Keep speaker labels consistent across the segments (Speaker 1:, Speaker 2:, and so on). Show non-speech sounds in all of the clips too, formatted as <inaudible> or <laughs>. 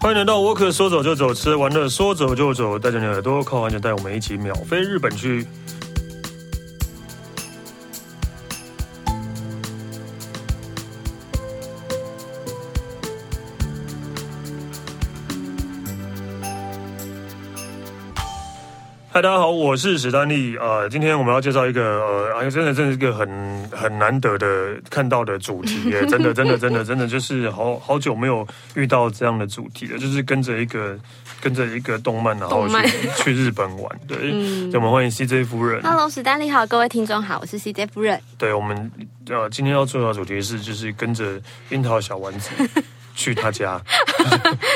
Speaker 1: 欢迎来到沃克，说走就走，吃完了说走就走，带着你的耳朵靠安全带，我们一起秒飞日本去。嗨，大家好，我是史丹利。呃，今天我们要介绍一个呃，哎呀，真的真的是一个很很难得的看到的主题耶，真的真的真的真的就是好好久没有遇到这样的主题了，就是跟着一个跟着一个动漫，然后
Speaker 2: 动漫
Speaker 1: 去去日本玩。对，所以我们欢迎 CJ 夫人。
Speaker 2: Hello，史丹利好，各位听众好，我是 CJ 夫人。
Speaker 1: 对，我们呃今天要做的主题是，就是跟着樱桃小丸
Speaker 2: <laughs>
Speaker 1: 子去他家，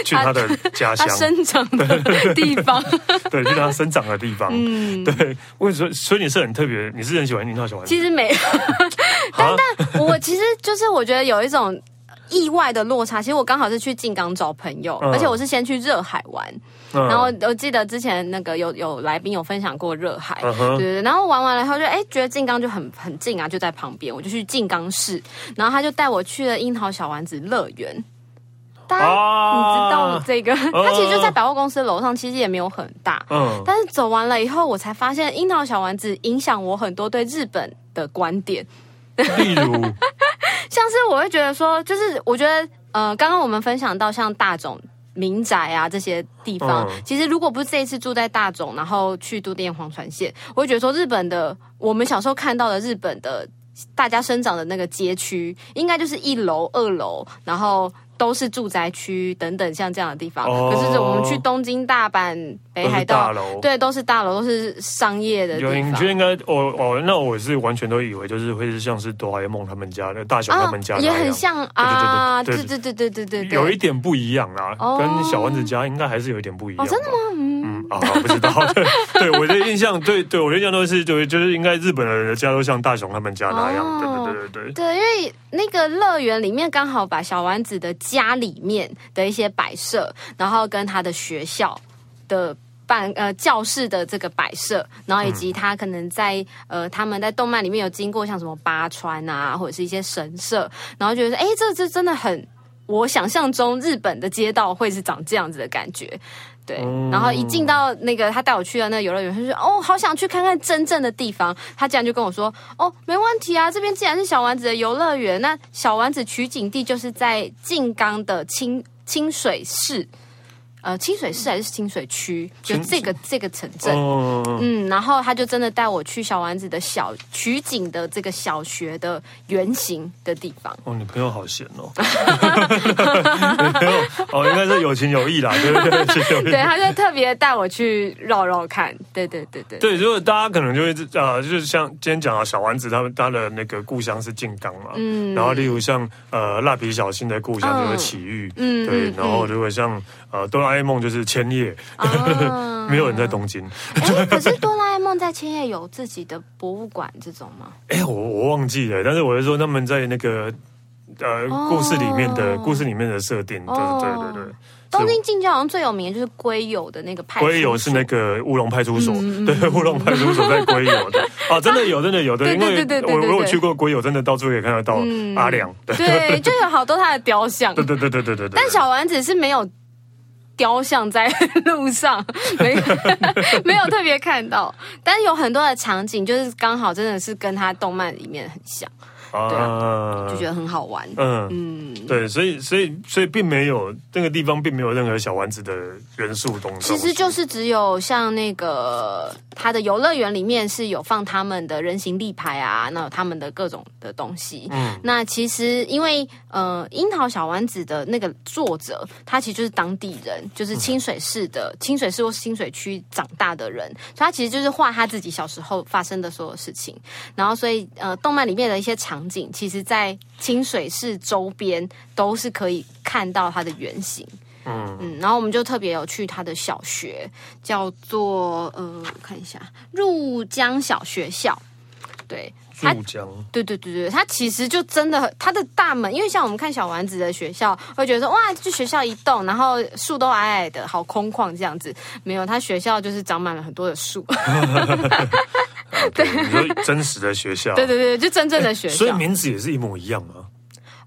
Speaker 1: 去他的家
Speaker 2: 他
Speaker 1: 乡，
Speaker 2: 生长的地
Speaker 1: <laughs>
Speaker 2: 方，
Speaker 1: 对，去他生长的地方。
Speaker 2: 嗯，
Speaker 1: 对，我所以所以你是很特别，你是很喜欢樱桃小丸子
Speaker 2: 其实没有， <laughs>
Speaker 1: 啊？
Speaker 2: 我其实就是我觉得有一种意外的落差。其实我刚好是去静冈找朋友，
Speaker 1: 嗯
Speaker 2: 而且我是先去热海玩，
Speaker 1: 嗯
Speaker 2: 然后我记得之前那个有有来宾有分享过热海，
Speaker 1: 嗯哼
Speaker 2: 对对对，然后玩完了以后就哎觉得静冈就很很近啊，就在旁边，我就去静冈市，然后他就带我去了樱桃小丸子乐园。大
Speaker 1: 哦
Speaker 2: 家你知道
Speaker 1: 啊，
Speaker 2: 这个，它其实就在百货公司楼上，其实也没有很大。
Speaker 1: 嗯，
Speaker 2: 但是走完了以后，我才发现樱桃小丸子影响我很多对日本的观点，
Speaker 1: 例如，
Speaker 2: 像是我会觉得说，就是我觉得呃，刚刚我们分享到像大冢民宅啊这些地方，
Speaker 1: 嗯
Speaker 2: 其实如果不是这一次住在大冢，然后去都电黄船线，我会觉得说日本的我们小时候看到的日本的大家生长的那个街区，应该就是一楼、二楼，然后。都是住宅区等等，像这样的地方。
Speaker 1: 哦
Speaker 2: 可是我们去东京、大阪、北
Speaker 1: 都
Speaker 2: 海
Speaker 1: 是
Speaker 2: 道
Speaker 1: 大，楼。
Speaker 2: 对，都是大楼，都是商业的
Speaker 1: 有，
Speaker 2: 地
Speaker 1: 你觉得
Speaker 2: 方。
Speaker 1: 应该，我哦，那我是完全都以为就是会是像是哆啦 A 梦他们家的大雄他们家那
Speaker 2: 啊也
Speaker 1: 样，
Speaker 2: 很像啊，
Speaker 1: 对
Speaker 2: 对对对对对对对，
Speaker 1: 有一点不一样啦，
Speaker 2: 哦
Speaker 1: 跟小丸子家应该还是有一点不一样。
Speaker 2: 哦真的
Speaker 1: 吗？嗯啊，不知道。对，对我的印象，对对，我的印象都是，对，就是应该日本人的家都像大雄他们家那样。
Speaker 2: 哦
Speaker 1: 对对对对对。
Speaker 2: 对，因为那个乐园里面刚好把小丸子的家里面的一些摆设，然后跟他的学校的办呃教室的这个摆设，然后以及他可能在、呃他们在动漫里面有经过像什么八川啊，或者是一些神社，然后觉得哎，诶这这真的很我想象中日本的街道会是长这样子的感觉。对，然后一进到那个他带我去的那个游乐园，他就说：“哦，好想去看看真正的地方。”他竟然就跟我说：“哦，没问题啊，这边既然是小丸子的游乐园，那小丸子取景地就是在静冈的清清水市，呃，清水市还是清水区，就
Speaker 1: 清
Speaker 2: 这个这个城镇。
Speaker 1: 嗯，
Speaker 2: 嗯，然后他就真的带我去小丸子的小取景的这个小学的原型的地方。
Speaker 1: 哦，你朋友好闲哦。 <laughs> 你朋友哦，应该是有情有义啦，对对对，有情有义。
Speaker 2: 对，他就特别带我去绕绕看。对对对
Speaker 1: <laughs>
Speaker 2: 对。
Speaker 1: 对，如果大家可能就会知呃，就是像今天讲啊，小丸子他们他的那个故乡是静冈嘛，嗯，然后例如像呃蜡笔小新的故乡就是埼玉，
Speaker 2: 嗯嗯
Speaker 1: 对
Speaker 2: 嗯，
Speaker 1: 然后如果像呃哆啦 A 梦就是千叶，
Speaker 2: 啊
Speaker 1: 没有人在东京，
Speaker 2: 哎，可是哆啦 A 梦在千叶有自己的博物馆这种吗？
Speaker 1: 哎、我我忘记了，但是我是说他们在那个呃、
Speaker 2: 哦
Speaker 1: 故事里面的故事里面的设定，对
Speaker 2: 哦
Speaker 1: 对对对。
Speaker 2: 东京近郊好像最有名的就是龟友的那个派出所，
Speaker 1: 龟友是那个乌龙派出
Speaker 2: 嗯
Speaker 1: 所，对，乌龙派出所在龟友的啊，真的有，真的有的，
Speaker 2: 对
Speaker 1: 因
Speaker 2: 对
Speaker 1: 为
Speaker 2: 对对对
Speaker 1: 我
Speaker 2: 对
Speaker 1: 我有
Speaker 2: 对嗯
Speaker 1: 去过龟友，真的到处可以看得到阿良，对
Speaker 2: 对，就有好多他的雕像。
Speaker 1: 对对对对对对对。
Speaker 2: 但小丸子是没有雕像在路上， <laughs> 没没有特别看到，但是有很多的场景，就是刚好真的是跟他动漫里面很像，对
Speaker 1: 啊
Speaker 2: 就觉得很好玩。
Speaker 1: 嗯
Speaker 2: 嗯，
Speaker 1: 对，所以所以所以并没有那个地方并没有任何小丸子的元素东西，
Speaker 2: 其实就是只有像那个他的游乐园里面是有放他们的人形立牌啊，那有他们的各种的东西。
Speaker 1: 嗯
Speaker 2: 那其实因为呃，樱桃小丸子的那个作者，他其实就是当地人，就是清水市的、
Speaker 1: 嗯
Speaker 2: 清水市或清水区长大的人，所以他其实就是画他自己小时候发生的所有事情。然后，所以呃，动漫里面的一些场景，其实在清水市周边都是可以看到它的原型。
Speaker 1: 嗯
Speaker 2: 嗯，然后我们就特别有去他的小学，叫做呃，我看一下入江小学校。对，它
Speaker 1: 入江
Speaker 2: 对对对对，它其实就真的它的大门，因为像我们看小丸子的学校，会觉得说哇，这学校一栋，然后树都矮矮的，好空旷这样子。没有，它学校就是长满了很多的树。
Speaker 1: 啊对，你说真实的学校，
Speaker 2: <laughs> <laughs> 对对对，就真正的学
Speaker 1: 哎所以
Speaker 2: 校。
Speaker 1: 名字也是一模一样啊。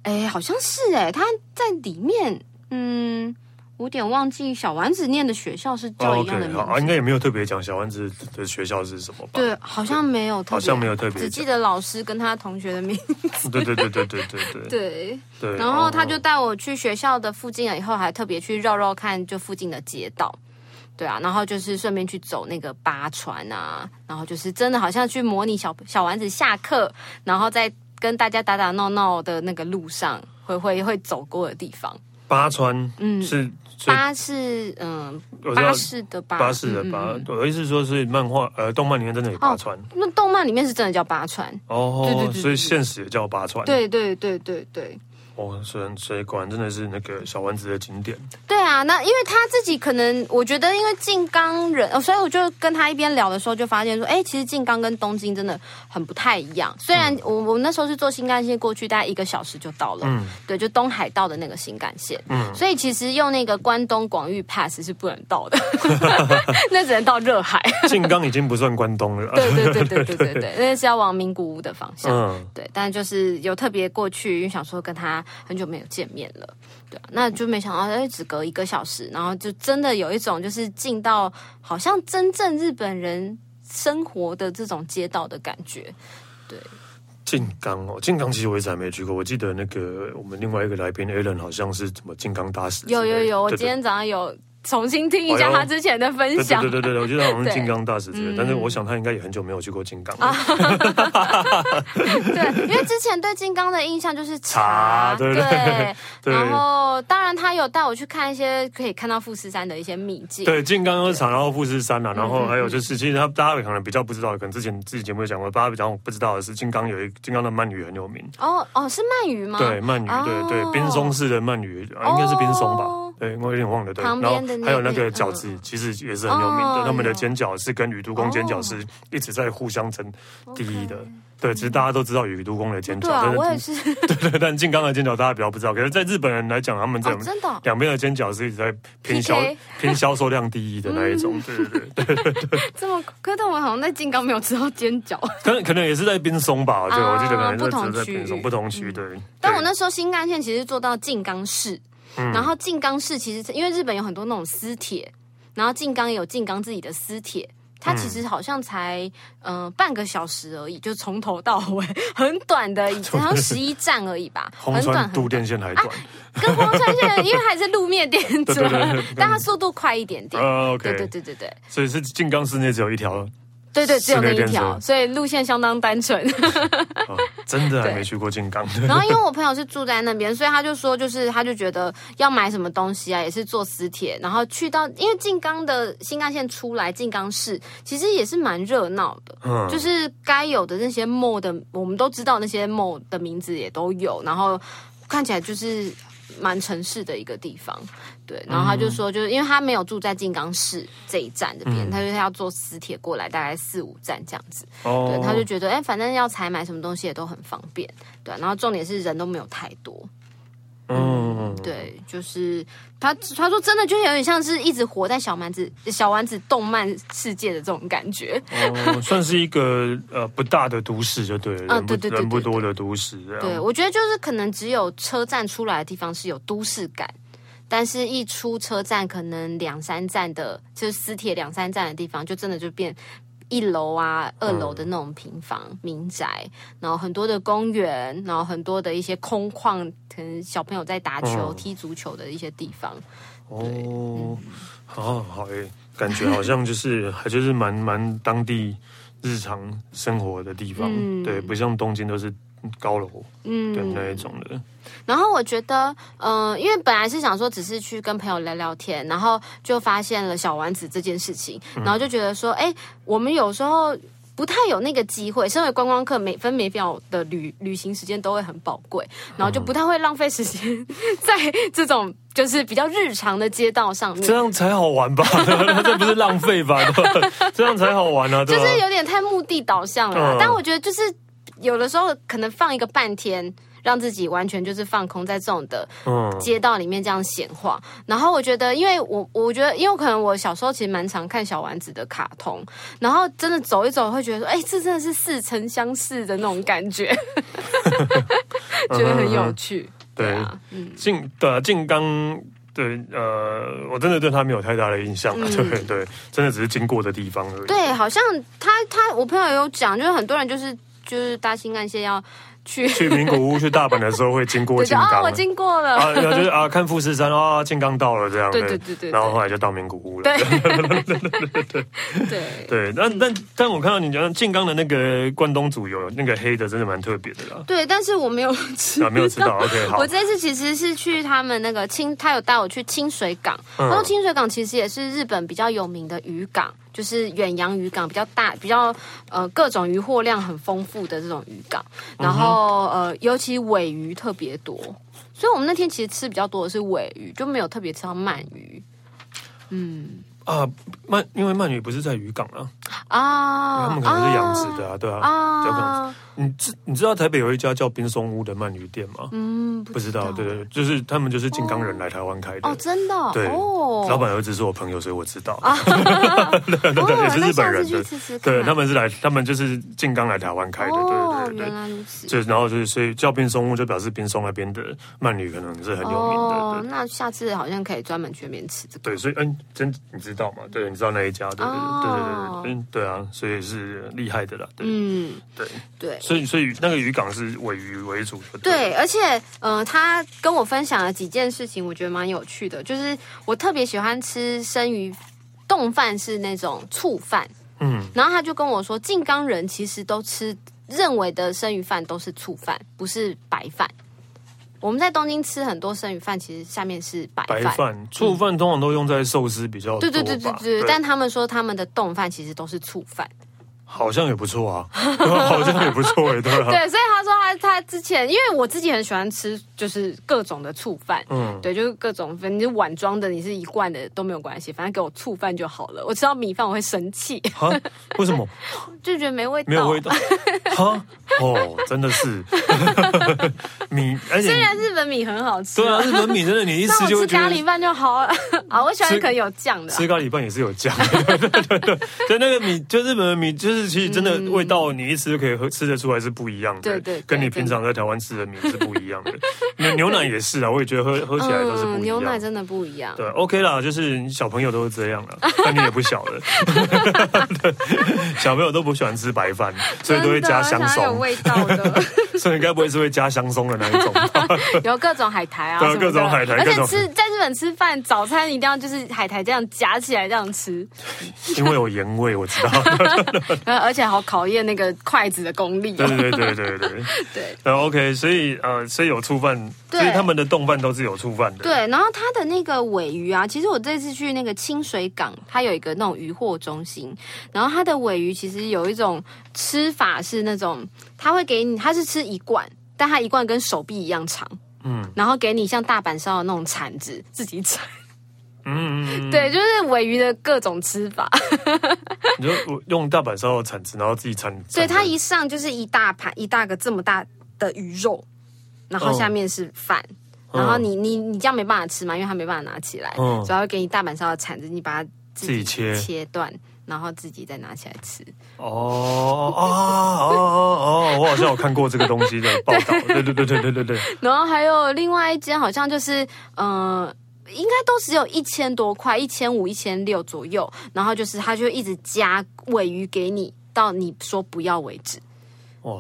Speaker 2: 哎，好像是哎，它在里面，嗯，有点忘记小丸子念的学校是叫一样的
Speaker 1: OK，好，
Speaker 2: 名
Speaker 1: 啊，
Speaker 2: 字。
Speaker 1: 应该也没有特别讲小丸子的学校是什么吧？
Speaker 2: 对，好像没有特别，
Speaker 1: 好像没有特别
Speaker 2: 只记得老师跟他同学的名字。
Speaker 1: 对对对对对对对
Speaker 2: <laughs> 对，
Speaker 1: 对。
Speaker 2: 然后他就
Speaker 1: 哦
Speaker 2: 带我去学校的附近了，啊以后还特别去绕绕看就附近的街道。对啊，然后就是顺便去走那个八船啊，然后就是真的好像去模拟小小丸子下课，然后再跟大家打打闹闹的那个路上，会会会走过的地方。
Speaker 1: 八川，
Speaker 2: 嗯
Speaker 1: 是所以
Speaker 2: 巴士，嗯，
Speaker 1: 我知道
Speaker 2: 巴士的巴，
Speaker 1: 巴士的
Speaker 2: 嗯
Speaker 1: 巴
Speaker 2: 嗯嗯，
Speaker 1: 我意思是说是漫画呃动漫里面真的有八川
Speaker 2: 那动漫里面是真的叫八船，对对
Speaker 1: 哦
Speaker 2: 对，对
Speaker 1: 所以
Speaker 2: 对
Speaker 1: 现实也叫八川。
Speaker 2: 对对对对对。
Speaker 1: 哦，所以所以果然真的是那个小丸子的景点。
Speaker 2: 对啊，那因为他自己可能，我觉得因为静冈人、呃所以我就跟他一边聊的时候，就发现说，哎，其实静冈跟东京真的很不太一样。虽然我我那时候是坐新干线过去，大概一个小时就到了，
Speaker 1: 嗯
Speaker 2: 对，就东海道的那个新干线，
Speaker 1: 嗯
Speaker 2: 所以其实用那个关东广域 pass 是不能
Speaker 1: <laughs>
Speaker 2: 到的， <laughs> 那只能到热海。
Speaker 1: 静冈已经不算关东了。啊
Speaker 2: 对对对对对对对，那是要往名古屋的方向。
Speaker 1: 嗯，
Speaker 2: 对，但就是有特别过去，因为想说跟他很久没有见面了，对啊、那就没想到哎，只隔一个小时，然后就真的有一种就是进到好像真正日本人生活的这种街道的感觉。
Speaker 1: 静冈哦，静冈其实我一直还没去过。我记得那个我们另外一个来宾 Alan 好像是怎么静冈大使之
Speaker 2: 有
Speaker 1: 类的。
Speaker 2: 有有，我
Speaker 1: 对
Speaker 2: 今
Speaker 1: 对
Speaker 2: 天早上有重新听一下
Speaker 1: 哎呦
Speaker 2: 他之前的分
Speaker 1: 对
Speaker 2: 享
Speaker 1: 对。对对对，我觉得好像是
Speaker 2: <laughs> 对
Speaker 1: 金刚大使之类的，
Speaker 2: 嗯啊
Speaker 1: 但是我想他应该也很久没有去过金刚了。
Speaker 2: 对，因为之前对金刚的印象就是茶，
Speaker 1: 茶对对 <laughs> 对
Speaker 2: 然后当然他有带我去看一些可以看到富士山的一些秘境，
Speaker 1: 对，金刚二厂，然后富士山啊啦、然
Speaker 2: 嗯
Speaker 1: 后还有就是，其实他大家可能比较不知道，可能之前自己节目有讲过，大家比较不知道的是，金刚有一金刚的鳗鱼很有名，
Speaker 2: 哦哦，是鳗鱼吗？
Speaker 1: 对，鳗鱼，对
Speaker 2: 哦
Speaker 1: 对，冰松式的鳗鱼，啊应该是冰松吧
Speaker 2: 哦？
Speaker 1: 对，我有点忘了，对。
Speaker 2: 旁
Speaker 1: 然
Speaker 2: 边
Speaker 1: 后
Speaker 2: 的那
Speaker 1: 还有那个
Speaker 2: 边嗯
Speaker 1: 饺子，其实也是很有名
Speaker 2: 哦
Speaker 1: 的，他们的
Speaker 2: 有哦
Speaker 1: 煎饺是跟宇都宫煎饺是一直在互相争第一的。对，其实大家都知道宇都宫的煎饺，
Speaker 2: 对啊，我
Speaker 1: 但 <laughs>
Speaker 2: 也
Speaker 1: 是
Speaker 2: 是 <laughs>
Speaker 1: 对对，但金刚的煎饺大家比较不知道，可是，在日本人来讲，他们这
Speaker 2: 哦
Speaker 1: 种，
Speaker 2: 真的哦
Speaker 1: 两边的煎饺是一直在拼销
Speaker 2: PK
Speaker 1: 拼销售量第一的那一
Speaker 2: 嗯
Speaker 1: 种，对对对，
Speaker 2: 这么，可是我好像在金刚没有吃到煎饺，
Speaker 1: 可能可能也是在冰松吧，对，
Speaker 2: 啊
Speaker 1: 我记得可能
Speaker 2: 不同
Speaker 1: 是在
Speaker 2: 区域
Speaker 1: 冰松不同区，对。
Speaker 2: 但
Speaker 1: 对嗯
Speaker 2: 我那时候新干线其实坐到静冈市，然后静冈市其实因为日本有很多那种私铁，然后静冈也有静冈自己的私铁。它其实好像才嗯、呃半个小时而已，就从头到尾很短的，
Speaker 1: <laughs>
Speaker 2: 好像十一站而已吧，
Speaker 1: 红
Speaker 2: 很短啊
Speaker 1: 川
Speaker 2: 很
Speaker 1: 渡电线还短，
Speaker 2: 跟荒川线，因为还是路面电车，
Speaker 1: <laughs> 对对对
Speaker 2: <laughs>
Speaker 1: 对
Speaker 2: 但它速度快一点点。
Speaker 1: 啊
Speaker 2: 对对
Speaker 1: ，OK，
Speaker 2: 对对对
Speaker 1: 所以是静冈市内只有一条，
Speaker 2: 对对，只有那
Speaker 1: 室内
Speaker 2: 一
Speaker 1: 电车
Speaker 2: 条，所以路线相当单纯。
Speaker 1: 啊真的还
Speaker 2: 对
Speaker 1: 没去过静冈，
Speaker 2: 然后因为我朋友是住在那边，所以他就说，就是他就觉得要买什么东西啊，也是坐私铁，然后去到因为静冈的新干线出来，静冈市其实也是蛮热闹的。
Speaker 1: 嗯
Speaker 2: 就是该有的那些 mall 的，我们都知道那些 mall 的名字也都有，然后看起来就是蛮城市的一个地方，对。然后他就说，就是因为他没有住在静冈市这一站这边，他就是要坐私铁过来，大概四五站这样子。对，
Speaker 1: 哦
Speaker 2: 他就觉得，哎、反正要采买什么东西也都很方便，对啊。然后重点是人都没有太多，
Speaker 1: 嗯，
Speaker 2: 对，就是他他说真的就有点像是一直活在小丸子小丸子动漫世界的这种感觉，
Speaker 1: 哦，算是一个呃不大的都市就对了，
Speaker 2: 嗯啊
Speaker 1: 人不
Speaker 2: 对对对
Speaker 1: 人不
Speaker 2: 对对
Speaker 1: 多的都市，这样
Speaker 2: 对，我觉得就是可能只有车站出来的地方是有都市感，但是一出车站，可能两三站的，就是私铁两三站的地方，就真的就变一楼啊、二楼
Speaker 1: 嗯
Speaker 2: 的那种平房、民宅，然后很多的公园，然后很多的一些空旷，可能小朋友在打球、
Speaker 1: 嗯
Speaker 2: 踢足球的一些地方。
Speaker 1: 哦，好好诶、感觉好像就是还就是蛮 <laughs> 蛮当地日常生活的地方，
Speaker 2: 嗯
Speaker 1: 对，不像东京都是高楼
Speaker 2: 嗯，
Speaker 1: 的那一种的，
Speaker 2: 然后我觉得，嗯、因为本来是想说只是去跟朋友聊聊天，然后就发现了小丸子这件事情，然后就觉得说，哎、我们有时候。不太有那个机会，身为观光客，每分每秒的旅旅行时间都会很宝贵，然后就不太会浪费时间在这种就是比较日常的街道上面，
Speaker 1: 这样才好玩吧？ <laughs> 这不是浪费吧？ <laughs> 对吧这样才好玩啊，对
Speaker 2: 就
Speaker 1: 吧？
Speaker 2: 是有点太目的导向了啦。
Speaker 1: 嗯
Speaker 2: 但我觉得就是有的时候可能放一个半天，让自己完全就是放空在这种的
Speaker 1: 嗯，
Speaker 2: 街道里面这样闲晃。然后我觉得，因为我我觉得，因为可能我小时候其实蛮常看小丸子的卡通，然后真的走一走会觉得说，哎、这真的是似曾相识的那种感
Speaker 1: <laughs>
Speaker 2: 觉，觉得很有趣。
Speaker 1: 对
Speaker 2: 啊，嗯
Speaker 1: 静对啊，静冈。对，呃，我真的对他没有太大的印象、啊，对对，真的只是经过的地方而已。
Speaker 2: 嗯对，好像他他我朋友有讲，就是很多人就是就是大兴干线要去，
Speaker 1: 去名古屋、去大阪的时候会经过
Speaker 2: 对就
Speaker 1: 金
Speaker 2: 啊、
Speaker 1: 刚
Speaker 2: 我经过了，
Speaker 1: 啊，然后就是啊，看富士山啊，金刚到了这样的，
Speaker 2: 对对对对对
Speaker 1: 然后后来就到名古屋了。
Speaker 2: 对对
Speaker 1: <laughs> 对，但但但我看到你讲静冈的那个关东煮有那个黑的，真的蛮特别的
Speaker 2: <laughs>
Speaker 1: 啦。
Speaker 2: 对，但是我没有吃
Speaker 1: 啊，没有吃到，OK，好
Speaker 2: 我，这次其实是去他们那个清，他有带我去清水港。
Speaker 1: 嗯
Speaker 2: 然后清水港其实也是日本比较有名的渔港，就是远洋渔港，比较大，比较呃各种渔获量很丰富的这种渔港。
Speaker 1: 嗯
Speaker 2: 然后、呃，尤其尾鱼特别多，所以我们那天其实吃比较多的是尾鱼，就没有特别吃到鳗鱼嗯
Speaker 1: 啊，鳗，因为鳗鱼不是在渔港
Speaker 2: 哦
Speaker 1: 啊，
Speaker 2: 啊。
Speaker 1: 他们可能是养殖的啊，对啊。就可
Speaker 2: 啊
Speaker 1: 能。你知你知道台北有一家叫冰松屋的鳗鱼店吗？
Speaker 2: 嗯，
Speaker 1: 不知道，对
Speaker 2: 对
Speaker 1: 对，就是他们就是静冈人来台湾开
Speaker 2: 哦，
Speaker 1: 的。
Speaker 2: 真的哦
Speaker 1: 对
Speaker 2: 哦，，啊
Speaker 1: 老板儿子是我朋友，所以我知道。<laughs>
Speaker 2: 对
Speaker 1: 对对也是日本人
Speaker 2: 去
Speaker 1: 的
Speaker 2: 吃吃看。
Speaker 1: 对，他们是来，他们就是静冈来台湾开的，
Speaker 2: 哦，
Speaker 1: 对对对
Speaker 2: 原
Speaker 1: 对。
Speaker 2: 来如此。
Speaker 1: 就然后就是，所以叫冰松屋就表示冰松那边的鳗鱼可能是很有名的，对
Speaker 2: 哦，那下次好像可以专门去那边吃这个。
Speaker 1: 对，所以嗯，真你知道吗？对，你知道那一家，对对对对对对，嗯，对啊，所以是厉害的啦，对、
Speaker 2: 哦嗯，
Speaker 1: 对，
Speaker 2: 对。
Speaker 1: 所以所以那个渔港是尾鱼为主的，
Speaker 2: 对，而且，呃，他跟我分享了几件事情，我觉得蛮有趣的。就是我特别喜欢吃生鱼冻饭，是那种醋饭。
Speaker 1: 嗯，
Speaker 2: 然后他就跟我说，静冈人其实都吃认为的生鱼饭都是醋饭，不是白饭。我们在东京吃很多生鱼饭，其实下面是白
Speaker 1: 白
Speaker 2: 饭。
Speaker 1: 饭、醋饭通常都用在寿司比较多吧，
Speaker 2: 对对对对对，但他们说他们的冻饭其实都是醋饭。
Speaker 1: 好像也不错啊， <laughs> 好像也不错哎，对啊，
Speaker 2: <laughs> 对，所以他说他他之前，因为我自己很喜欢吃，就是各种的醋饭，
Speaker 1: 嗯，
Speaker 2: 对，就是各种，反正你是碗装的，你是一罐的都没有关系，反正给我醋饭就好了。我吃到米饭我会生气， <laughs>
Speaker 1: 啊，为什么
Speaker 2: 就觉得没味道。
Speaker 1: 没有
Speaker 2: <laughs>
Speaker 1: 味道？哈，哦，真的是 <laughs> 米，而且
Speaker 2: 虽然日本米很好吃，
Speaker 1: 对啊，日本米真的你一吃
Speaker 2: 那
Speaker 1: 就
Speaker 2: 我
Speaker 1: 会
Speaker 2: 吃
Speaker 1: 觉
Speaker 2: 咖
Speaker 1: 得
Speaker 2: 喱饭就好了 <laughs> 啊。我喜欢
Speaker 1: 吃
Speaker 2: 可能有酱的啊、
Speaker 1: 吃咖喱饭也是有酱， <laughs> 对对对对，那个米就日本的米，就是其实真的味道，你一吃就可以喝吃得出来是不一样的，
Speaker 2: 对对对
Speaker 1: 跟你平常在台湾吃的米是不一样的。牛牛奶也是啊，我也觉得喝喝起来都是不一
Speaker 2: 嗯牛
Speaker 1: 样
Speaker 2: 奶
Speaker 1: 的。
Speaker 2: 真的不一样。
Speaker 1: 对，OK 啦，就是小朋友都是这样
Speaker 2: <laughs>
Speaker 1: 了，但你也不小了， <laughs> 对小朋友都不喜欢吃白饭，所以都会加香
Speaker 2: 真的啊想要有
Speaker 1: 松，
Speaker 2: 味道的，
Speaker 1: <laughs> 所以你该不会是会加香松的那一种
Speaker 2: <laughs>
Speaker 1: 吧？
Speaker 2: 有各种海苔啊，
Speaker 1: 对啊
Speaker 2: 什么的
Speaker 1: 各种海苔
Speaker 2: 而且
Speaker 1: 各种
Speaker 2: 吃在日本吃饭，早餐一定要就是海苔这样夹起来这样吃。
Speaker 1: 因为有盐味，我知道。 <laughs>
Speaker 2: 呃，而且好考验那个筷子的功力、
Speaker 1: 对对对对对对。
Speaker 2: 对
Speaker 1: 然后 OK，所以呃，所以有触犯，
Speaker 2: 对
Speaker 1: 所以他们的动漫都是有触犯的。
Speaker 2: 对，然后它的那个尾鱼啊，其实我这次去那个清水港，它有一个那种渔货中心，然后它的尾鱼其实有一种吃法是那种，它会给你，它是吃一罐，但它一罐跟手臂一样长，嗯，然后给你像大阪烧的那种铲子自己铲， <laughs>
Speaker 1: 嗯，嗯，嗯
Speaker 2: 对，就是尾鱼的各种吃法，
Speaker 1: 你就用大阪烧的铲子，然后自己铲。
Speaker 2: 所以
Speaker 1: 铲
Speaker 2: 它一上就是一大盘一大个这么大的鱼肉，然后
Speaker 1: 嗯
Speaker 2: 下面是饭。
Speaker 1: 嗯
Speaker 2: 然后你你你这样没办法吃嘛，因为它没办法拿起来，
Speaker 1: 嗯
Speaker 2: 所以它会给你大阪烧的铲子，你把它自
Speaker 1: 自己切
Speaker 2: 切断，然后自己再拿起来吃。
Speaker 1: 哦啊哦哦哦，我好像有看过这个东西的报
Speaker 2: <laughs>
Speaker 1: 道。对对对对对对对，
Speaker 2: 然后还有另外一间好像就是呃。应该都只有一千多块，一千五、一千六左右，然后就是它就一直加尾鱼给你，到你说不要为止，
Speaker 1: 哇，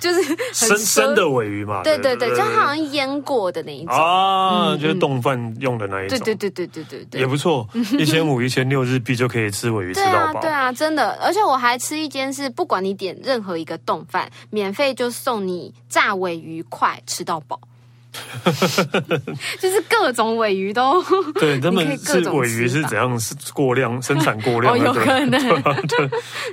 Speaker 2: 就是很
Speaker 1: 生生
Speaker 2: 奢，
Speaker 1: 的尾鱼嘛。
Speaker 2: 对对对，就它好像腌过的那一种，
Speaker 1: 啊，就是冻饭用的那一
Speaker 2: 对
Speaker 1: 种。
Speaker 2: 对对对对对对
Speaker 1: 也，不
Speaker 2: <laughs>
Speaker 1: 错，一千五、一千六日币就可以吃尾鱼吃
Speaker 2: 对啊
Speaker 1: 到，饱
Speaker 2: 对。啊，真的，而且我还吃一间是不管你点任何一个冻饭，免费就送你炸尾鱼块吃到
Speaker 1: <laughs>
Speaker 2: 饱，就是各种尾鱼都
Speaker 1: 对，他
Speaker 2: 你可以
Speaker 1: 们
Speaker 2: 各种
Speaker 1: 是
Speaker 2: 吃
Speaker 1: 尾鱼是
Speaker 2: 吧
Speaker 1: 怎样是过
Speaker 2: <laughs>
Speaker 1: 量生产过量
Speaker 2: 哦有
Speaker 1: 啊？对，
Speaker 2: 可能，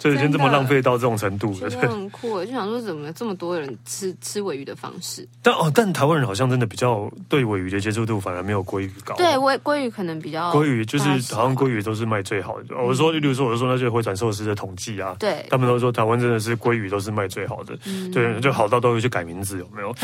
Speaker 1: 就已经这么
Speaker 2: 真的啊
Speaker 1: 浪费到这种程度
Speaker 2: 觉
Speaker 1: 了。
Speaker 2: 得
Speaker 1: 对。 <laughs>
Speaker 2: 很酷，就想说怎么这么多人吃吃尾鱼的方式？
Speaker 1: 但哦，但台湾人好像真的比较对尾鱼的接受度反而没有鲑鱼高。
Speaker 2: 对，鲑鲑鱼可能比较
Speaker 1: 哦鲑鱼就是
Speaker 2: 大家喜欢嗯
Speaker 1: 好像鲑鱼都是卖最好的。我说，例如说，我就说那些回转寿司的统计啊， <laughs>
Speaker 2: 对
Speaker 1: 他们都说台湾真的是鲑鱼都是卖最好的，
Speaker 2: 嗯
Speaker 1: 对，就好到都会去改名字，有没
Speaker 2: <laughs>
Speaker 1: 有？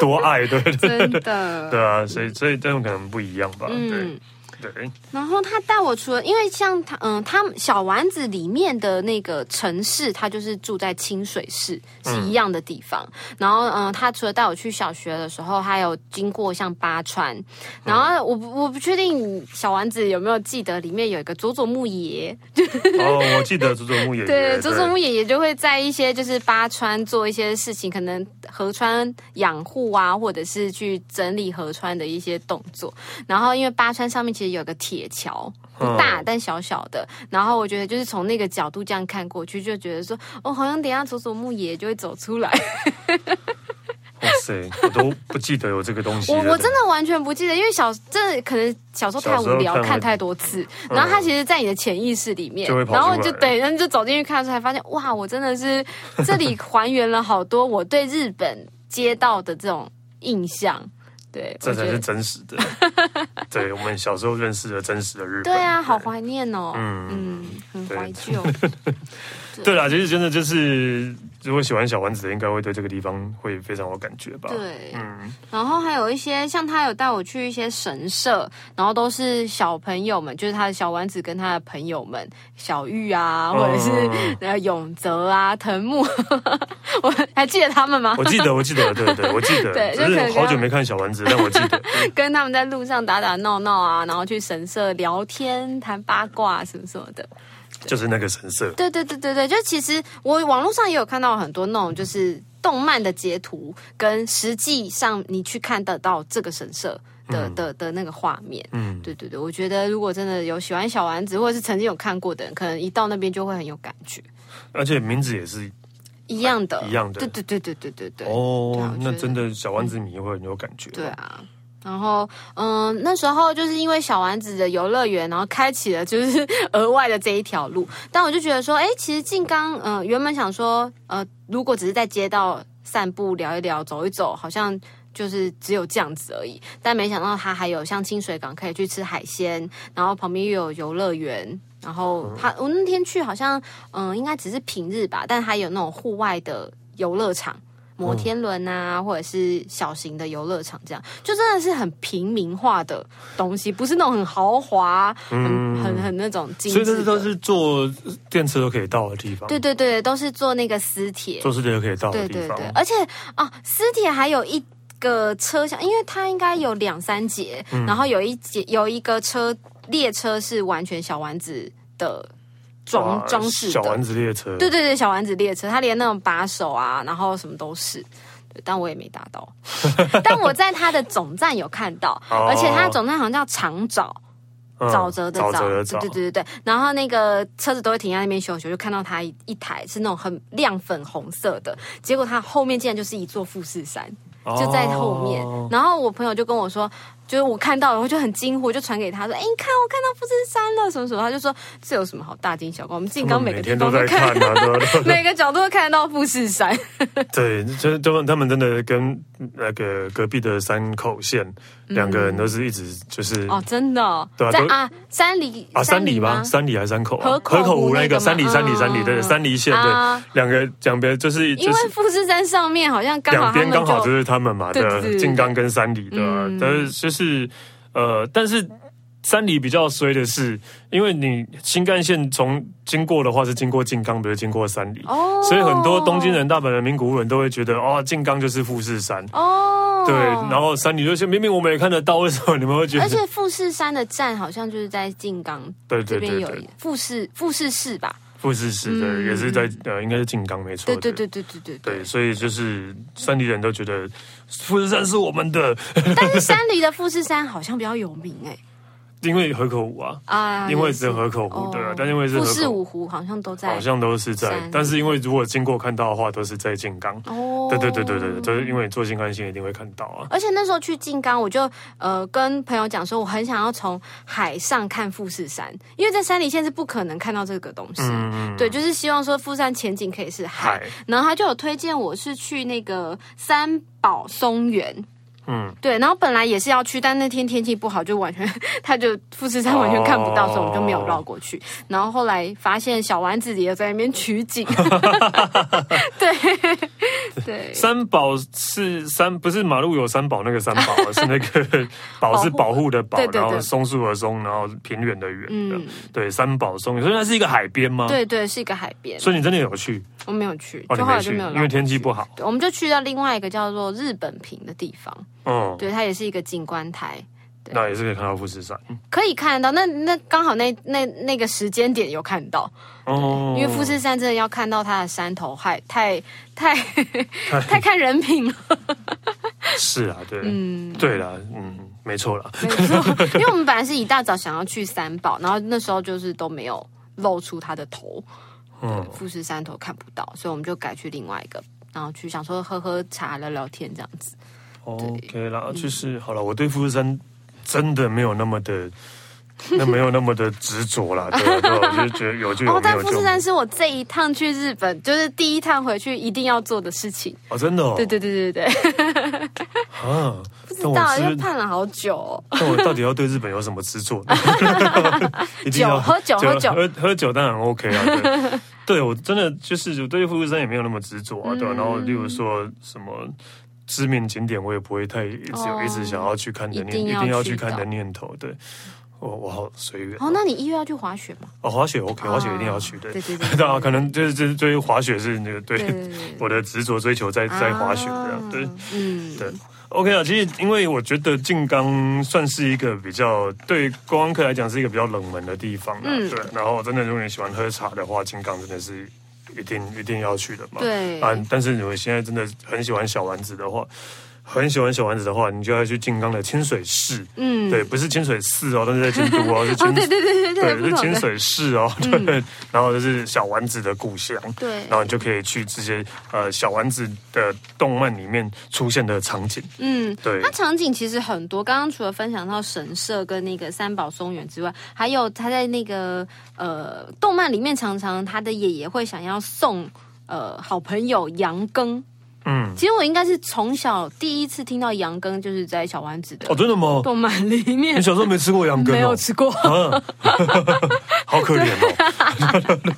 Speaker 1: 多爱，对对
Speaker 2: 真
Speaker 1: 对
Speaker 2: 的，
Speaker 1: 啊，所以所以这种可能不一样吧，对。
Speaker 2: 嗯，
Speaker 1: 对，
Speaker 2: 然后他带我除了，因为像他，嗯，他们小丸子里面的那个城市，他就是住在清水市，是一样的地方。然后，嗯，他除了带我去小学的时候，还有经过像八川。然后我不我不确定小丸子有没有记得里面有一个佐佐木爷，
Speaker 1: 哦，我记得佐佐木也
Speaker 2: 对，佐佐木爷爷就会在一些就是八川做一些事情，可能河川养护啊，或者是去整理河川的一些动作。然后因为八川上面其实有个铁桥，不
Speaker 1: 嗯
Speaker 2: 大但小小的。然后我觉得就是从那个角度这样看过去，就觉得说，哦，好像等一下佐佐木爷就会走出来。
Speaker 1: 哇塞，我都不记得有这个东西
Speaker 2: 我
Speaker 1: 了。
Speaker 2: 我真的完全不记得，因为小这可能小时候太
Speaker 1: 小
Speaker 2: 无
Speaker 1: 时候
Speaker 2: 聊，
Speaker 1: 看嗯
Speaker 2: 看太多次。然后它其实，在你的潜意识里面
Speaker 1: 就会，跑出
Speaker 2: 然
Speaker 1: 来
Speaker 2: 后就对，然后就走进去看的时候，才发现哇，我真的是
Speaker 1: <laughs>
Speaker 2: 这里还原了好多我对日本街道的这种印象。对，
Speaker 1: 这
Speaker 2: 我觉
Speaker 1: 才是
Speaker 2: 得
Speaker 1: 真实的。
Speaker 2: <laughs>
Speaker 1: 对我们小时候认识的真实的日本。
Speaker 2: 对啊，好怀念哦，嗯
Speaker 1: 嗯
Speaker 2: 很
Speaker 1: 对 <laughs>
Speaker 2: 怀旧。
Speaker 1: 对啦，其实真的就是，如果喜欢小丸子的，应该会对这个地方会非常有感觉吧？
Speaker 2: 对，
Speaker 1: 嗯，
Speaker 2: 然后还有一些像他有带我去一些神社，然后都是小朋友们，就是他的小丸子跟他的朋友们，小玉啊，或者是
Speaker 1: 嗯
Speaker 2: 呃永泽啊、藤木， <laughs> 我还记得他们吗
Speaker 1: 我？记得，我记得，对对，我记得
Speaker 2: <laughs> 对，
Speaker 1: 只
Speaker 2: 就可
Speaker 1: 是
Speaker 2: 能
Speaker 1: 好久没看小丸子，但我记
Speaker 2: <laughs>
Speaker 1: 得。 <laughs>
Speaker 2: 跟他们在路上打打闹闹啊，然后去神社聊天、谈八卦啊什么什么的。
Speaker 1: 就是那个神社，
Speaker 2: 对对对对对，就其实我网络上也有看到很多那种就是动漫的截图，跟实际上你去看得到这个神社的、嗯的的那个画面。
Speaker 1: 嗯，
Speaker 2: 对对对，我觉得如果真的有喜欢小丸子，或者是曾经有看过的人，可能一到那边就会很有感觉，
Speaker 1: 而且名字也是
Speaker 2: 一样的，
Speaker 1: 哎一样的
Speaker 2: 对对对对对对对。对啊
Speaker 1: 哦
Speaker 2: 我，觉得
Speaker 1: 那真的小丸子迷会很有感觉。
Speaker 2: 对啊。然后，嗯，那时候就是因为小丸子的游乐园，然后开启了就是 <laughs> 额外的这一条路。但我就觉得说，哎，其实静冈，嗯、原本想说，呃，如果只是在街道散步、聊一聊、走一走，好像就是只有这样子而已。但没想到它还有像清水港可以去吃海鲜，然后旁边又有游乐园。然后
Speaker 1: 嗯
Speaker 2: 它，我那天去好像，嗯、应该只是平日吧，但它有那种户外的游乐场。摩天轮
Speaker 1: 嗯
Speaker 2: 啊，或者是小型的游乐场，这样就真的是很平民化的东西，不是那种很豪华、很很很那种
Speaker 1: 嗯
Speaker 2: 精
Speaker 1: 所以这
Speaker 2: 致
Speaker 1: 是都
Speaker 2: 的。
Speaker 1: 是坐电车都可以到的地方，
Speaker 2: 对对对，都是坐那个私铁。
Speaker 1: 坐私铁都可以到
Speaker 2: 对
Speaker 1: 的地
Speaker 2: 对
Speaker 1: 方
Speaker 2: 对，。而且啊，私铁还有一个车厢，因为它应该有两三节，
Speaker 1: 嗯
Speaker 2: 然后有一节有一个车列车是完全小丸子的装
Speaker 1: 哇
Speaker 2: 装饰
Speaker 1: 小
Speaker 2: 的，
Speaker 1: 丸子列车，
Speaker 2: 对对对，小丸子列车，它连那种把手啊，然后什么都是。对但我也没打
Speaker 1: <laughs>
Speaker 2: 到，但我在它的总站有看到，
Speaker 1: 哦
Speaker 2: 而且它的总站好像叫长沼，
Speaker 1: 嗯，
Speaker 2: 沼泽的沼，
Speaker 1: 沼泽的沼，
Speaker 2: 对对对对对。然后那个车子都会停在那边休息，我就看到它一一台是那种很亮粉红色的，结果它后面竟然就是一座富士山，就在后面。
Speaker 1: 哦
Speaker 2: 然后我朋友就跟我说，就是我看到了，我就很惊呼，我就传给他说：“哎，你看，我看到富士山了，什么什么。”他就说：“这有什么好大惊小怪？我们静冈每个
Speaker 1: 每
Speaker 2: 地
Speaker 1: 天
Speaker 2: 方
Speaker 1: 都在
Speaker 2: 都看
Speaker 1: 看啊，对吧
Speaker 2: <laughs> 每个角度都看得到富士山。 <laughs>
Speaker 1: 对，就是他们他们真的跟那个隔壁的山口县两个人都是一直就是
Speaker 2: 哦，真的、哦，
Speaker 1: 对啊
Speaker 2: 在
Speaker 1: 都
Speaker 2: 啊山里
Speaker 1: 啊山里
Speaker 2: 吗
Speaker 1: 吗？？山里还是山口啊？
Speaker 2: 河口湖
Speaker 1: 湖
Speaker 2: 那
Speaker 1: 那
Speaker 2: 个
Speaker 1: 个
Speaker 2: 吗
Speaker 1: 山里山里山里
Speaker 2: 嗯
Speaker 1: 对
Speaker 2: 嗯
Speaker 1: 山梨县
Speaker 2: 啊
Speaker 1: 对，两个两边就是
Speaker 2: 因
Speaker 1: 就
Speaker 2: 为
Speaker 1: 是。
Speaker 2: 富士山上面好像刚好
Speaker 1: 两
Speaker 2: 他
Speaker 1: 边
Speaker 2: 们
Speaker 1: 刚好就
Speaker 2: 就是
Speaker 1: 他们嘛，
Speaker 2: 对
Speaker 1: 对
Speaker 2: 对对
Speaker 1: 吧，
Speaker 2: 对嗯
Speaker 1: 静冈跟山里对吧？但是就是呃，但是山里比较衰的是，因为你新干线从经过的话是经过静冈，不是经过山里，
Speaker 2: 哦，
Speaker 1: 所以很多东京人、大阪人、名古屋人都会觉得哦，静冈就是富士山。
Speaker 2: 哦，
Speaker 1: 对，然后山里就是明明我们也看得到，为什么你们会 <laughs> 觉
Speaker 2: <laughs> 而
Speaker 1: 得？
Speaker 2: 且富士山的站好像就是在静冈
Speaker 1: 对
Speaker 2: 这
Speaker 1: 对
Speaker 2: 边
Speaker 1: 对
Speaker 2: 有
Speaker 1: 对，
Speaker 2: 一富士富士市吧？
Speaker 1: 富士市
Speaker 2: 嗯
Speaker 1: 对，也是在呃，应该是静冈没错。
Speaker 2: 对对对对对对
Speaker 1: 对，所以就是山里人都觉得富士山是我们的， <laughs>
Speaker 2: 但是山里的富士山好像比较有名哎、
Speaker 1: 因为河口湖啊，
Speaker 2: 啊，
Speaker 1: 因为
Speaker 2: 是
Speaker 1: 是河口湖对啊，但因为是
Speaker 2: 富
Speaker 1: 河
Speaker 2: 士
Speaker 1: 口湖
Speaker 2: 五湖好像都在
Speaker 1: 好像都是
Speaker 2: 山
Speaker 1: 在
Speaker 2: 里，
Speaker 1: 但是因为如果经过看到的话，都是在静冈。
Speaker 2: 哦，
Speaker 1: 对对对对对，就是因为你坐新干线一定会看到啊。
Speaker 2: 而且那时候去静冈，我就呃跟朋友讲说，我很想要从海上看富士山，因为在山里县是不可能看到这个东西。
Speaker 1: 嗯，
Speaker 2: 对，就是希望说富士山前景可以是海。
Speaker 1: 海
Speaker 2: 然后他就有推荐我是去那个三宝松原，
Speaker 1: 嗯，
Speaker 2: 对，然后本来也是要去，但那天天气不好，就完全他就富士山完全看不到，
Speaker 1: 哦
Speaker 2: 所以我们就没有绕过
Speaker 1: <laughs>
Speaker 2: 去。然后后来发现小丸子也在那边取
Speaker 1: <laughs>
Speaker 2: 景，对对，
Speaker 1: 三宝是三，不是马路有三宝那个三宝，啊
Speaker 2: <laughs>
Speaker 1: 是那个宝是保护的宝
Speaker 2: 对，对对
Speaker 1: 然后松树的松，然后平原的原的
Speaker 2: 嗯，
Speaker 1: 对，三宝松原，所以它是一个海边吗？，
Speaker 2: 对对，是一个海边，
Speaker 1: 所以你真的有去？
Speaker 2: 我没有去，
Speaker 1: 哦，
Speaker 2: 就
Speaker 1: 你
Speaker 2: 后
Speaker 1: 没
Speaker 2: 来
Speaker 1: 去，
Speaker 2: 就没有绕
Speaker 1: 因为天气不好。
Speaker 2: 对我们就去到另外一个叫做日本平的地方，
Speaker 1: 嗯，
Speaker 2: 对，它也是一个景观台，对
Speaker 1: 那也是可以看到富士山。
Speaker 2: 可以看得到。那那刚好那那那个时间点有看到，
Speaker 1: 哦，
Speaker 2: 因为富士山真的要看到它的山头，太太
Speaker 1: <laughs>
Speaker 2: 太太看人品了。
Speaker 1: 是啊，对，
Speaker 2: 嗯，
Speaker 1: 对啦，嗯，没错啦。
Speaker 2: 没错，因为我们本来是一大早想要去三宝，然后那时候就是都没有露出它的头，
Speaker 1: 嗯，
Speaker 2: 富士山头看不到，所以我们就改去另外一个，然后去想说喝喝茶、聊聊天这样子。
Speaker 1: OK 啦，就是好了，我对富士山真的没有那么的。那没有那么的执着啦，对啊对啊，我就觉得有就有，
Speaker 2: 哦，
Speaker 1: 没
Speaker 2: 但
Speaker 1: 有
Speaker 2: 富
Speaker 1: 就
Speaker 2: 士
Speaker 1: 没
Speaker 2: 山
Speaker 1: 有
Speaker 2: 是我这一趟去日本，就是第一趟回去一定要做的事情。
Speaker 1: 哦，真的哦，
Speaker 2: 对对对对对，
Speaker 1: 啊，不
Speaker 2: <laughs> 知道因为盼了好久、哦。
Speaker 1: 那我到底要对日本有什么执
Speaker 2: <laughs>
Speaker 1: 着呢？一定要
Speaker 2: 酒喝酒喝酒
Speaker 1: 喝喝酒当然 OK 啊。对， <laughs> 对我真的就是我对富士山也没有那么执着啊，对
Speaker 2: 嗯
Speaker 1: 吧、然后例如说什么。知名景点我也不会太一直有
Speaker 2: 哦
Speaker 1: 一直想要去看的
Speaker 2: 一
Speaker 1: 念，
Speaker 2: 定
Speaker 1: 一
Speaker 2: 要
Speaker 1: 定要
Speaker 2: 去
Speaker 1: 去看
Speaker 2: 的
Speaker 1: 的念头。对，我我好随缘。
Speaker 2: 哦，那你一月要去滑雪吗？
Speaker 1: 哦，滑雪 OK，滑雪一定要去的。
Speaker 2: 对
Speaker 1: <laughs>
Speaker 2: 对对
Speaker 1: 对啊，可能就是就是对于滑雪是那个 <laughs> 对
Speaker 2: 对对对
Speaker 1: <laughs> 我的执着追求在在滑雪这样。对，，
Speaker 2: 嗯，
Speaker 1: 对，OK 啊，其实因为我觉得静冈算是一个比较对观光客来讲是一个比较冷门的地方啦，啊
Speaker 2: 嗯
Speaker 1: 对。然后真的如果你喜欢喝茶的话，静冈真的是一定一定要去的嘛。
Speaker 2: 对
Speaker 1: 啊，但是如果现在真的很喜欢小丸子的话，很喜欢小丸子的话，你就要去静冈的清水寺。
Speaker 2: 嗯，
Speaker 1: 对，不是清水寺哦，但是在京都
Speaker 2: <laughs>
Speaker 1: 哦，是清、
Speaker 2: 哦，对对对对对，
Speaker 1: 对，
Speaker 2: 不
Speaker 1: 是
Speaker 2: 同
Speaker 1: 清
Speaker 2: 的，嗯
Speaker 1: 水市
Speaker 2: <laughs>
Speaker 1: 哦，对，然后就是小丸子的故乡，
Speaker 2: 对
Speaker 1: 然后你就可以去这些呃小丸子的动漫里面出现的场景，
Speaker 2: 嗯。
Speaker 1: 对
Speaker 2: 它，场景其实很多，刚刚除了分享到神社跟那个三宝松园之外，还有他在那个呃动漫里面，常常他的爷爷会想要送呃好朋友羊羹。
Speaker 1: 嗯，
Speaker 2: 其实我应该是从小第一次听到羊羹，就是在小丸子的
Speaker 1: 哦，真的吗？
Speaker 2: 动漫里面
Speaker 1: 你，小时候没吃过羊羹
Speaker 2: 没有
Speaker 1: 哦，
Speaker 2: 吃过，
Speaker 1: 啊， <laughs> 好可怜哦，
Speaker 2: <laughs>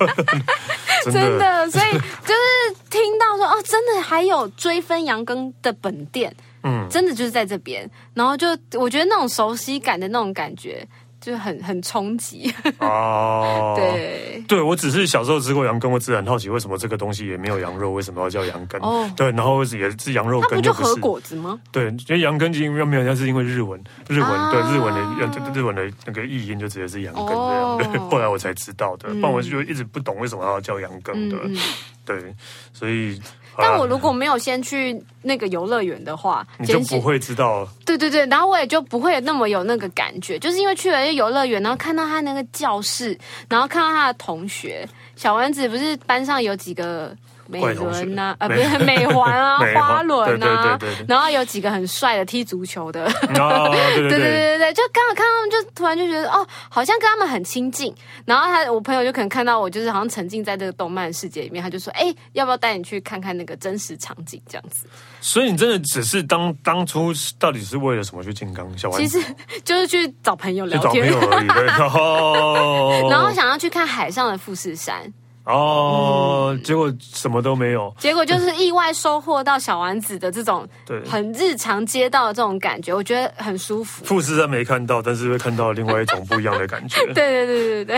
Speaker 1: 真
Speaker 2: 真
Speaker 1: 的，
Speaker 2: 的，所以就是听到说哦，真的还有追分羊羹的本店，
Speaker 1: 嗯，
Speaker 2: 真的就是在这边，然后就我觉得那种熟悉感的那种感觉，就很很冲击，
Speaker 1: 哦，。
Speaker 2: 对。
Speaker 1: 对，我只是小时候吃过羊羹，我只是很好奇为什么这个东西也没有羊肉，为什么要叫羊羹？
Speaker 2: 哦
Speaker 1: 对，然后也是羊肉
Speaker 2: 它
Speaker 1: 羹，
Speaker 2: 不就
Speaker 1: 又
Speaker 2: 和
Speaker 1: 是
Speaker 2: 果子吗？
Speaker 1: 对，因为羊羹其实没有，它是因为日文，日文、
Speaker 2: 啊
Speaker 1: 对日文的呃日日文的那个译音就直接是羊羹这样。
Speaker 2: 哦
Speaker 1: 对，后来我才知道的，不然我就一直不懂为什么要叫羊羹
Speaker 2: 嗯
Speaker 1: 的。
Speaker 2: 嗯，
Speaker 1: 对，所以
Speaker 2: 但
Speaker 1: 啊
Speaker 2: 我如果没有先去那个游乐园的话，
Speaker 1: 你就
Speaker 2: 先去
Speaker 1: 不会知道
Speaker 2: 对对对，然后我也就不会那么有那个感觉，就是因为去了游乐园，然后看到他那个教室，然后看到他的同学，小丸子不是班上有几个。美轮呐、啊，
Speaker 1: 怪
Speaker 2: 不
Speaker 1: 同学
Speaker 2: 是美环啊，
Speaker 1: 美环
Speaker 2: 花轮
Speaker 1: 对
Speaker 2: 啊
Speaker 1: 对对对对，
Speaker 2: 然后有几个很帅的踢足球的，
Speaker 1: <laughs> 啊，对对
Speaker 2: 对对
Speaker 1: 对。
Speaker 2: 对对，就刚好看他们，就突然就觉得哦，好像跟他们很亲近。然后他我朋友就可能看到我，就是好像沉浸在这个动漫世界里面，他就说，哎，要不要带你去看看那个真实场景这样子？
Speaker 1: 所以你真的只是当当初是到底是为了什么去进刚小丸
Speaker 2: 其
Speaker 1: 子？
Speaker 2: 实就是去找朋友
Speaker 1: 去
Speaker 2: 聊
Speaker 1: 找朋
Speaker 2: 天
Speaker 1: 友，而已，对。
Speaker 2: <laughs>
Speaker 1: 哦
Speaker 2: 然后想要去看海上的富士山，
Speaker 1: 哦，结果什么都没有。
Speaker 2: 结果就是意外收获到小丸子的这种
Speaker 1: <laughs> 对，
Speaker 2: 很日常街道的这种感觉，我觉得很
Speaker 1: <laughs>
Speaker 2: 舒服。
Speaker 1: 富士山没看到，但是会看到另外一种不一样的感觉。
Speaker 2: <laughs> 对对对对对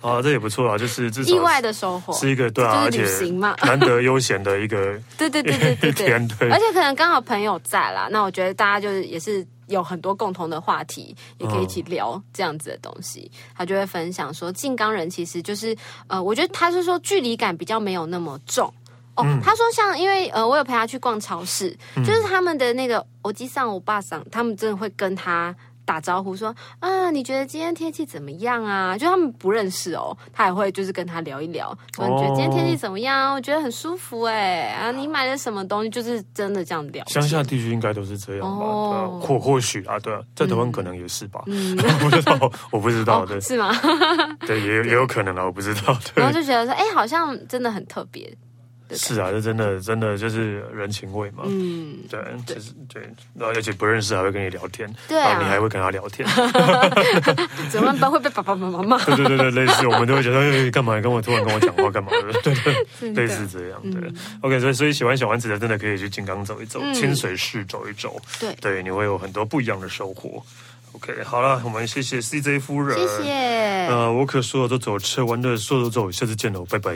Speaker 1: 啊，这也不错啊，就是至少
Speaker 2: 对，意外的收获，
Speaker 1: 是一个对啊，而
Speaker 2: 就是
Speaker 1: 且
Speaker 2: 旅行嘛
Speaker 1: 难得悠闲的一个
Speaker 2: 对对对对
Speaker 1: <laughs>
Speaker 2: 对
Speaker 1: 一
Speaker 2: 对
Speaker 1: 天，对
Speaker 2: 而且可能刚好朋友在啦，那我觉得大家就是也是有很多共同的话题，也可以一起
Speaker 1: 嗯
Speaker 2: 聊这样子的东西。他就会分享说，静冈人其实就是呃，我觉得他是说距离感比较没有那么重。哦，
Speaker 1: 嗯
Speaker 2: 他说像因为呃，我有陪他去逛超市，就是他们的那个欧吉桑、欧巴桑，他们真的会跟他打招呼说啊，你觉得今天天气怎么样啊？就他们不认识哦，他也会就是跟他聊一聊，说你觉得今天天气怎么样啊？我觉得很舒服哎、啊，你买了什么东西？就是真的这样聊。
Speaker 1: 乡下地区应该都是这样吧？对啊
Speaker 2: 哦
Speaker 1: 或或许啊，对啊，在台湾可能也是吧，<laughs>
Speaker 2: 嗯哦
Speaker 1: 我不知道，我不知
Speaker 2: <laughs>
Speaker 1: 道，对
Speaker 2: 是吗？
Speaker 1: 对，也有也有可能啊，我不知道，对
Speaker 2: 然后就觉得说，哎、好像真的很特别。的。
Speaker 1: 是啊，这真的真的就是人情味嘛。
Speaker 2: 嗯，
Speaker 1: 对，就是对，然后而且不认识还会跟你聊天，
Speaker 2: 对啊
Speaker 1: 然后你还会跟他聊天， <laughs>
Speaker 2: 怎么办会被爸爸妈妈骂？
Speaker 1: 对对对对，
Speaker 2: <laughs>
Speaker 1: 类似我们都会觉得哎干嘛跟我突然跟我讲话干嘛的，对对，
Speaker 2: 真的嗯
Speaker 1: 类似这样，对。OK，所以所以喜欢小丸子的真的可以去金刚走一走，清水市走一走，
Speaker 2: 对
Speaker 1: 对，你会有很多不一样的收获。OK，好了，我们谢谢 CJ 夫人，
Speaker 2: 谢谢。
Speaker 1: 呃，我可说走走，吃完的说走走，下次见喽，拜拜。